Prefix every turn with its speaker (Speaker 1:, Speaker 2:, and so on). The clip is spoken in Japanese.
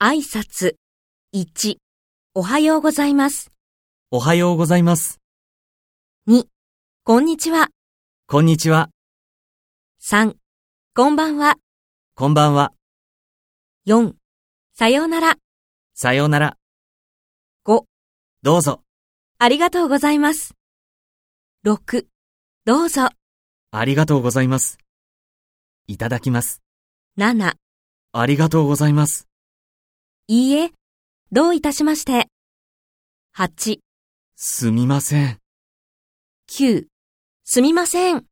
Speaker 1: 挨拶。1、おはようございます。
Speaker 2: おはようございます。
Speaker 1: 2、こんにちは。
Speaker 2: こんにちは。
Speaker 1: 3、こんばんは。
Speaker 2: こんばんは。
Speaker 1: 4、さようなら。
Speaker 2: さようなら。
Speaker 1: 5、
Speaker 2: どうぞ。
Speaker 1: ありがとうございます。6、どうぞ。
Speaker 2: ありがとうございます。いただきます。
Speaker 1: 7、
Speaker 2: ありがとうございます。
Speaker 1: いいえ。どういたしまして。8、
Speaker 2: すみません。
Speaker 1: 9、すみません。